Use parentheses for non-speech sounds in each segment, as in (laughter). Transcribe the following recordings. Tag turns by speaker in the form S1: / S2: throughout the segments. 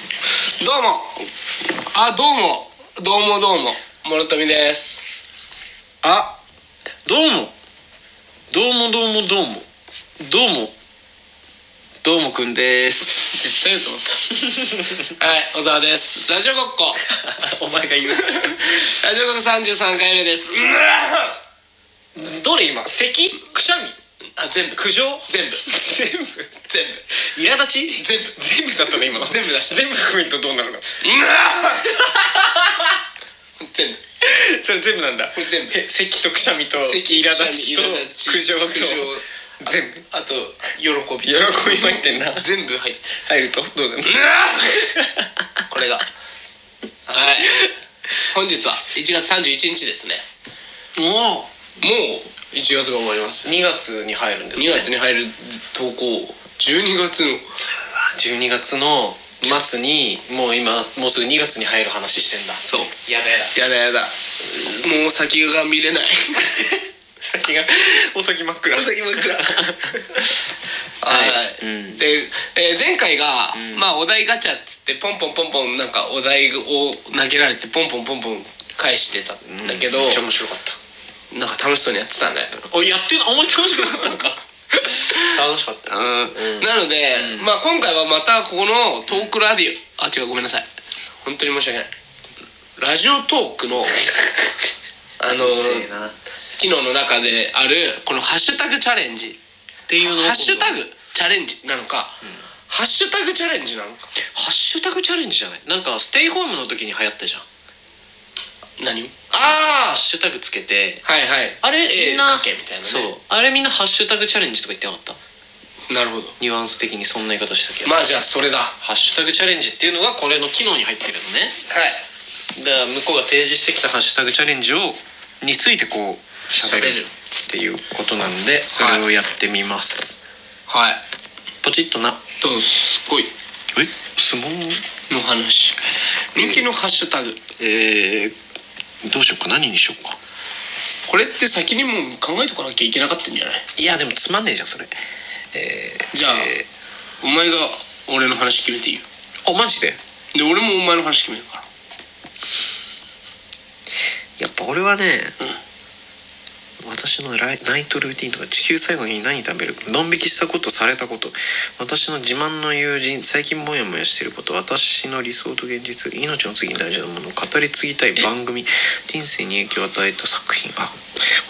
S1: どうもあどうもどうもどうも諸富です
S2: あどうもどうもどうもどうもどうもどうもくんです
S1: 絶対言うと思った (laughs) はい小沢ですラジオごっこ
S2: (laughs) お前が言う
S1: (laughs) ラジオごっこ33回目です
S2: どれ今咳くしゃ
S1: あ全部
S2: み苦情
S1: 全部
S2: 全部
S1: 全部
S2: 苛立ち
S1: 全部
S2: 全部だったね今の全部出した全部含めるとどうなるの
S1: 全部
S2: それ全部なんだ
S1: これ全部
S2: え咳とくしゃみと
S1: 咳
S2: 苛立ちと
S1: 苛立ち
S2: 苦情と
S1: 苦情
S2: 全部
S1: あと喜び
S2: 喜び入ってんな
S1: (laughs) 全部入って
S2: (laughs) 入るとどうなるの
S1: これがはい本日は1月31日ですね
S2: もう
S1: もう1月が終わります
S2: 2月に入るんです
S1: 2
S2: ね
S1: 月に入る投稿12月の
S2: 12月の末にもう今もうすぐ2月に入る話してんだ
S1: そう
S2: やだやだ
S1: やだやだもう先が見れない
S2: (laughs) 先がお先真っ暗お先真っ暗
S1: はい、
S2: はい
S1: で、えー前回が、まあお題ガチャっつってポンポンポンポンなんかお題を投げられてポンポンポンポン返してたんだけど、
S2: めっちゃ面白かった
S1: なんか楽しそうにやってたね
S2: (laughs) おやってんのお前楽し (laughs) くなかったんか楽しかっ
S1: (laughs)
S2: た
S1: うん、なので、まあ今回はまたこのトークラディオあ違うごめんなさい本当に申し訳ないラジオトーク
S2: (laughs)
S1: のあの
S2: せえなっ
S1: 機能の中であるこの「ハッシュタグチャレンジ」
S2: ていうのを
S1: ハッシュタグチャレンジなのか、ハッシュタグチャレンジなのか
S2: ハッシュタグチャレンジじゃないなんかステイホームの時に流行ったじゃん
S1: 何を
S2: ああハッシュタグつけて
S1: はいはい
S2: あれ
S1: 絵
S2: みんな
S1: 描けみたいなね
S2: そうあれみんなハッシュタグチャレンジとか言ってなかった
S1: なるほど
S2: ニュアンス的にそんな言い方したけど
S1: まあじゃあそれだは
S2: ハッシュタグチャレンジっていうのがこれの機能に入ってるのね
S1: い
S2: だから向こうが提示してきたハッシュタグチャレンジをについてこう喋る
S1: 喋る
S2: っていうことなんでそれをやってみます、
S1: はい
S2: ポチッとな
S1: どうすごい
S2: え相撲
S1: の話人気のハッシュタグ
S2: えー、どうしようか何にしようか
S1: これって先にもう考えとかなきゃいけなかったんじゃない
S2: いやでもつまんねえじゃんそれえ
S1: じゃあ、お前が俺の話決めていいよ
S2: ー、あマジで
S1: で俺もお前の話決めるから
S2: やっぱ俺はね、私のライナイトルーティンとか地球最後に何食べるドン引きしたことされたこと私の自慢の友人最近モヤモヤしてること私の理想と現実命の次に大事なものを語り継ぎたい番組人生に影響を与えた作品あ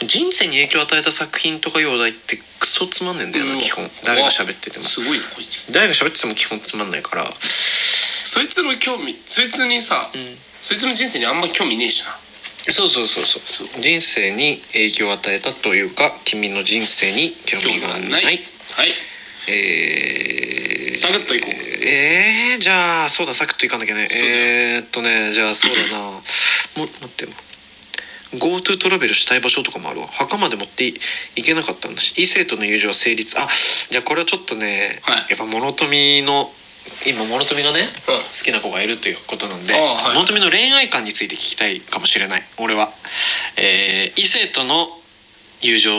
S2: 人生に影響を与えた作品とかいうお題ってクソつまんねえんだよな基本誰が喋ってても
S1: すごいなこいつ
S2: 誰が喋ってても基本つまんないから
S1: そいつの興味そいつにさ、そいつの人生にあんま興味ねえしな
S2: そうそうそうそう人生に影響を与えたというか君の人生に興
S1: 興味
S2: 味
S1: が
S2: が
S1: な
S2: ないい
S1: はい
S2: えー、
S1: サクッといこう
S2: えー、じゃあそうだサクッといかなきゃね
S1: そうだよ
S2: えー、っとねじゃあそうだなも待ってよ GoTo トラベルしたい場所とかもあるわ墓まで持っていいけなかったんだし異性との友情は成立あじゃあこれはちょっとね、
S1: はい
S2: やっぱ諸富の今諸富がね、
S1: うん
S2: 好きな子がいるということなんで、
S1: あはい
S2: 諸富の恋愛観について聞きたいかもしれない俺は、えー異性との友情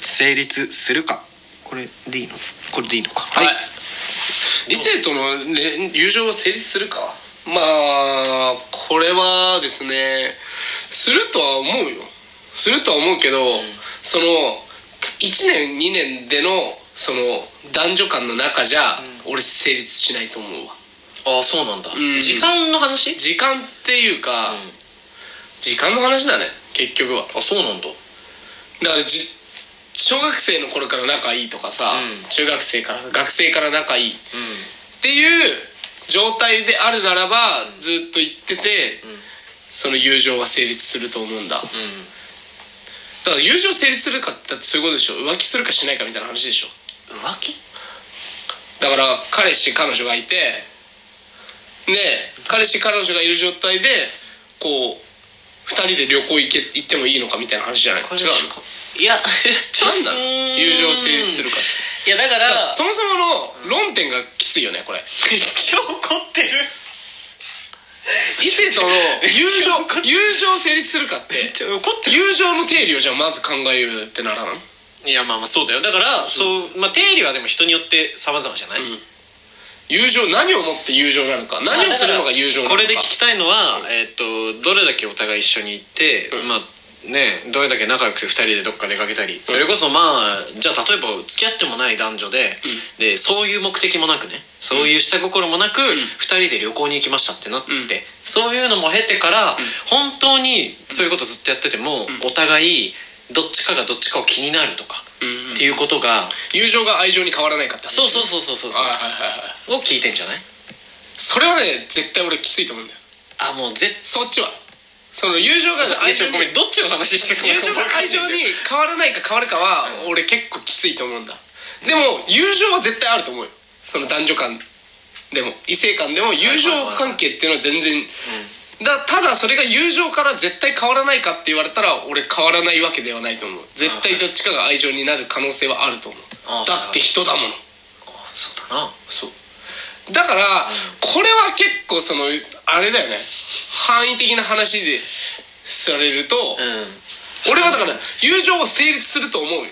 S2: 成立するかこれでいいのこれでいいのか
S1: はい異性との、ね、友情は成立するかまあこれはですねするとは思うよするとは思うけど、その1年2年でのその男女間の中じゃ、俺成立しないと思うわ
S2: ああそうなんだ、
S1: ん
S2: 時間の話
S1: 時間っていうか、時間の話だね結局は
S2: あそうなんだ
S1: だからじ小学生の頃から仲いいとかさ、
S2: うん
S1: 中学生から学生から仲いいっていう状態であるならばずっと言ってて、その友情は成立すると思うんだだから友情成立するかってそういうことでしょ浮気するかしないかみたいな話でしょ
S2: 浮気
S1: だから彼氏彼女がいてで彼氏彼女がいる状態でこう2人で旅行行け行ってもいいのかみたいな話じゃない違うの
S2: いやちょっ
S1: 何
S2: と
S1: なの友情成立するかって
S2: いやだから
S1: そもそもの論点がきついよねこれ
S2: (laughs) めっちゃ怒ってる
S1: 異性との友情友情成立するかって
S2: めっちゃ怒って
S1: 友情の定理をじゃあまず考えるってならん
S2: るいやまあまあそうだよだから、そうまあ定理はでも人によって様々じゃない、
S1: ん友情何をもって友情なのか何をするのが友情なの
S2: こ
S1: か
S2: れで聞きたいのは、えっとどれだけお互い一緒に行って、
S1: うん
S2: まあねどれだけ仲良くて2人でどっか出かけたりそれこそまあじゃあ例えば付き合ってもない男女で,、でそういう目的もなくねそういう下心もなく、2人で旅行に行きましたってなって、
S1: うん
S2: そういうのも経てから、本当にそういうことずっとやってても、お互いどっちかがどっちかを気になるとか、
S1: うん
S2: っていうことが
S1: 友情が愛情に変わらないかって
S2: そうそうそうそうそうそ
S1: はいはいはいはいう
S2: を聞いてんじゃない
S1: それはね絶対俺きついと思うんだよ
S2: あもう絶
S1: そっちはその友情が
S2: (laughs)
S1: 愛情に
S2: どっちの話して
S1: 友情が愛
S2: (laughs)
S1: 情に変わらないか変わるかは俺結構きついと思うんだでも友情は絶対あると思うよその男女間でも異性間でも友情関係っていうのは全然だただそれが友情から絶対変わらないかって言われたら俺変わらないわけではないと思う絶対どっちかが愛情になる可能性はあると思
S2: あは
S1: う
S2: い
S1: だって人だもの
S2: そうだな
S1: そうだから、これは結構そのあれだよね範囲的な話でされると、
S2: うん
S1: 俺はだから友情は成立すると思うよ、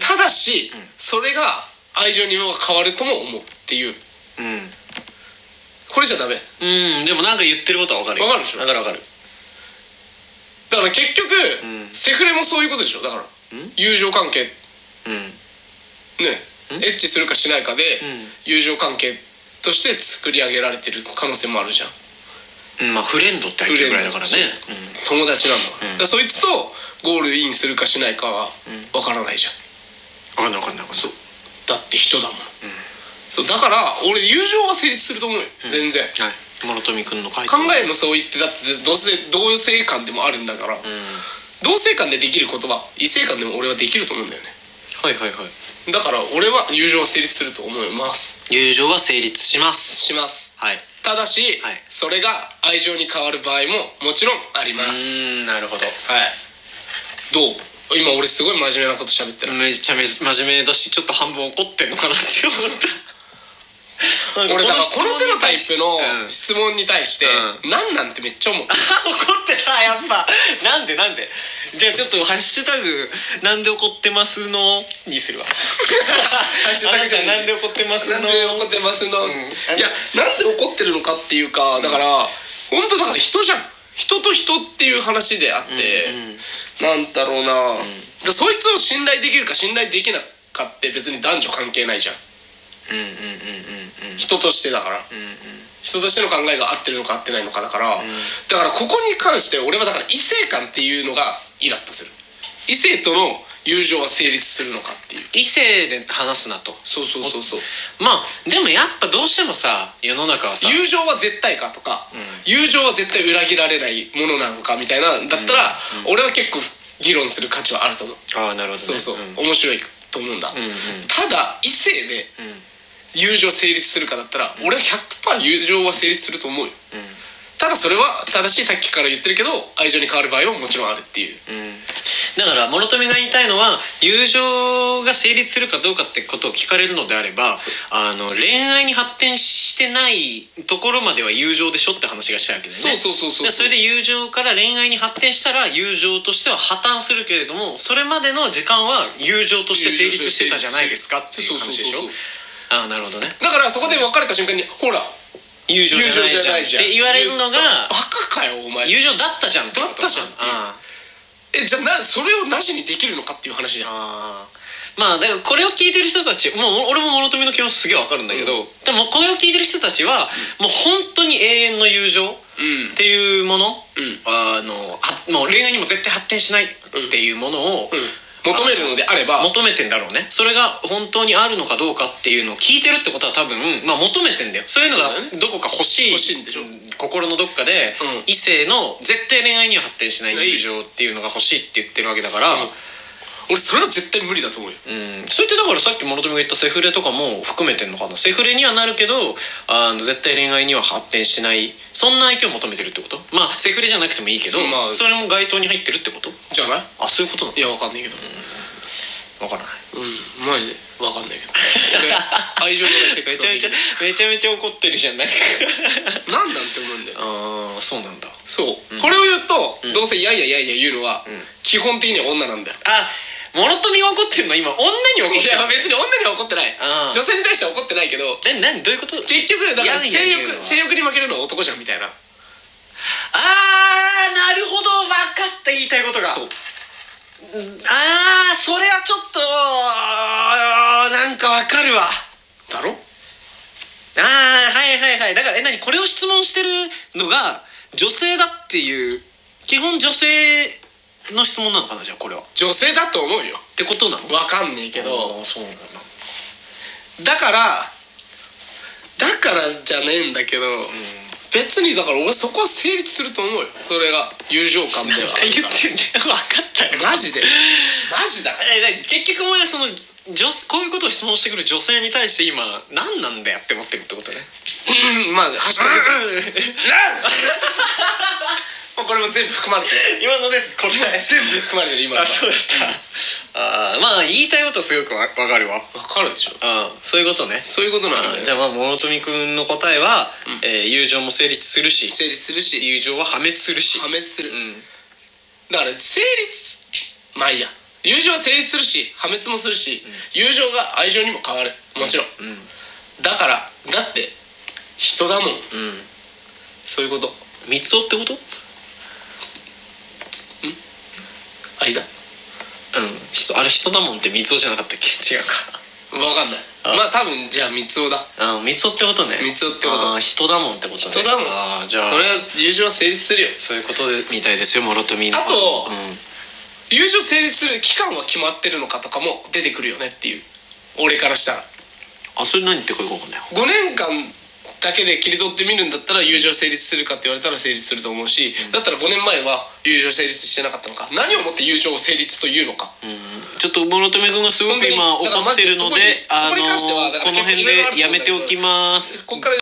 S1: ただし、それが愛情には変わるとも思うっていう
S2: うん、
S1: これじゃダメだ
S2: うん、でもなんか言ってることはわかるよ
S1: わかるでしょ
S2: わかるわかる
S1: から結局、
S2: うん
S1: セフレもそういうことでしょだから、友情関係ね
S2: うん
S1: エッチするかしないかで、
S2: ん
S1: 友情関係として作り上げられてる可能性もあるじゃん
S2: うんまあフレンドって入ってるぐらいだからね
S1: フレンド友達なんだから,、だから
S2: うん
S1: そいつとゴールインするかしないかは分からないじゃん
S2: わかんないわかんないそう
S1: だって人だもん、そうだから俺友情は成立すると思うよ、全然
S2: はい諸富君の回答
S1: 考えの相違ってだって同性同性間でもあるんだから、
S2: うん
S1: 同性間でできることは異性間でも俺はできると思うんだよね
S2: はいはいはい
S1: だから俺は友情は成立すると思います
S2: 友情は成立します
S1: します
S2: はいう
S1: ただし、
S2: はい
S1: それが愛情に変わる場合ももちろんあります
S2: ーんなるほ
S1: は
S2: ど
S1: いどう今俺すごい真面目なこと喋ってる、
S2: めちゃめちゃ真面目だしちょっと半分怒ってんのかなって思った (laughs)
S1: 俺だからこの手のタイプ
S2: うん
S1: の質問に対して
S2: う
S1: 「何なん?」てめっちゃ思う
S2: (laughs) 怒ってたやっぱなんでなんでじゃあちょっと「ハッシュタグなんで怒ってますの」にするわ「ハッ
S1: シュタグじゃない
S2: なんで怒ってます
S1: なん
S2: の
S1: で」怒ってますの、
S2: ん
S1: いやなんで怒ってるのかっていうかだから、本当だから人じゃん人と人っていう話であって、なんだろうな、だからそいつを信頼できるか信頼できなかって別に男女関係ないじゃん
S2: うんうんうんうん
S1: 人としてだから、人としての考えが合ってるのか合ってないのかだから、だからここに関して俺はだから異性間っていうのがイラッとする異性との友情は成立するのかっていう
S2: 異性で話すなと
S1: そうそうそうそう
S2: まあでもやっぱどうしてもさ世の中はさ
S1: 友情は絶対かとか、友情は絶対裏切られないものなのかみたいなだったら、俺は結構議論する価値はあると思う、
S2: ああなるほど、ね、
S1: そうそう、
S2: ん
S1: 面白いと思うんだ、
S2: んうん
S1: ただ異性で
S2: ん
S1: 友情成立するかだったら、俺は100%友情は成立すると思うよ、ただそれは正しいさっきから言ってるけど愛情に変わる場合はもちろんあるっていう、
S2: だから諸富が言いたいのは友情が成立するかどうかってことを聞かれるのであればあの恋愛に発展してないところまでは友情でしょって話がしたいわけだよね
S1: そうそうそうそう
S2: でそれで友情から恋愛に発展したら友情としては破綻するけれどもそれまでの時間は友情として成立してたじゃないですかっていう話でし
S1: そうそ
S2: ょ
S1: うそう
S2: ああなるほどね
S1: だからそこで別れた瞬間に「ほら
S2: 友情
S1: 友
S2: じ
S1: 情
S2: ゃない
S1: じ
S2: じ
S1: ゃ
S2: ゃ
S1: なんいじゃん」
S2: って言われるのが
S1: バカかよお前
S2: 友情だったじゃんてこと
S1: だったじゃんっていう
S2: ああ
S1: えじゃあなそれをなしにできるのかっていう話じゃん
S2: あーまあだからこれを聞いてる人たちもう俺も諸富の気持ちすげえわかるんだけど、でもこれを聞いてる人たちは、もう本当に永遠の友情っていうもの、
S1: ん
S2: あのはもう恋愛にも絶対発展しないっていうものを、
S1: うん、求めるのであれば
S2: 求めてんだろうねそれが本当にあるのかどうかっていうのを聞いてるってことは多分、まあ、求めてんだよそういうの
S1: そうだ
S2: がどこか欲しい
S1: 欲しいんでしょ
S2: 心のどっかで、
S1: うん
S2: 異性の絶対恋愛には発展しない友情っていうのが欲しいって言ってるわけだから、
S1: 俺それは絶対無理だと思うよ
S2: うん、それってだからさっき諸富が言ったセフレとかも含めてんのかなセフレにはなるけどあの絶対恋愛には発展しないそんな相手を求めてるってことまあセフレじゃなくてもいいけど
S1: そ
S2: そ,、
S1: うまあ
S2: れも該当に入ってるってこと
S1: じゃない
S2: あそういうことな
S1: い
S2: の
S1: やわかんないけど
S2: わ (laughs) からない
S1: うんマジでわかんないけどで愛情のないセック
S2: め
S1: ス
S2: ち
S1: は
S2: ゃめ
S1: でき
S2: ちゃ
S1: る
S2: めちゃめちゃ怒ってるじゃない (laughs)
S1: なんなんて思うんだよ
S2: ああそうなんだ
S1: そう、これを言うと、どうせ「いやいやいやいや」言うのは、基本的には女なんだよ
S2: あモノトミが怒ってんの今女に怒っ
S1: い (laughs)
S2: てん
S1: や
S2: の
S1: 別に女には怒ってない
S2: うん
S1: 女性に対しては怒ってないけど
S2: 何何どういうこと
S1: 結局だから
S2: い
S1: 性
S2: やいやいや
S1: 欲性欲に負けるのは男じゃんみたいな
S2: あーなるほど分かった言いたいことが
S1: そう
S2: あーそれはちょっとあーなんか分かるわ
S1: だろ
S2: あーはいはいはいだからえ何これを質問してるのが女性だっていう基本女性の質問なのかなじゃあこれはっ
S1: 女性だと思うよ
S2: てことなの
S1: わかんねえけど
S2: あーそうなんだ
S1: だからだからじゃねえんだけど、別にだから俺そこは成立すると思うよそれが友情感で
S2: 何
S1: は
S2: 言ってんだよ分かったよ
S1: マジでマジだから
S2: えだ結局お前はその女こういうことを質問してくる女性に対して今何なんだよって思ってるってことね
S1: うんまあハッシュタグじゃんもうこれも全部含 (laughs) まれてる
S2: (laughs) 今ので答え
S1: 全部含まれてる今の
S2: あ
S1: は
S2: そうだったあーまあ言いたいことはすごくわ分かるわ
S1: わかるでしょ
S2: あーそういうことね
S1: そういうことなんだ
S2: じゃ
S1: よ
S2: あまあ諸富君の答えは、えー友情も成立するし
S1: 成立するし
S2: 友情は破滅するし
S1: 破滅する、
S2: うん
S1: だから成立まあいいや友情は成立するし破滅もするし、友情が愛情にも変わるもちろん、だからだって人だもん
S2: うん
S1: そういうこと
S2: 三つ男ってこと
S1: 間
S2: うんひそあれ人だもんって三つ男じゃなかったっけ違うか
S1: わかんない
S2: あ
S1: まあ多分じゃあ三つ男だ
S2: あー三つ男ってことね
S1: 三つ男ってこと
S2: あー人だもんってことね
S1: 人だもん
S2: あーじゃあ
S1: それは友情は成立するよ
S2: そういうことでみたいですよ諸富の
S1: あと
S2: うん
S1: 友情成立する期間は決まってるのかとかも出てくるよねっていう俺からしたら
S2: あそれ何言ってこいか分かんない
S1: 5年間だけで切り取ってみるんだったら友情成立するかって言われたら成立すると思うし、だったら5年前は友情成立してなかったのか何をもって友情を成立というのか、
S2: ちょっと諸富君がすごく今怒ってるので
S1: 本当にだからマジでそこにそこに関しては
S2: あのこの辺でやめておきます
S1: ここから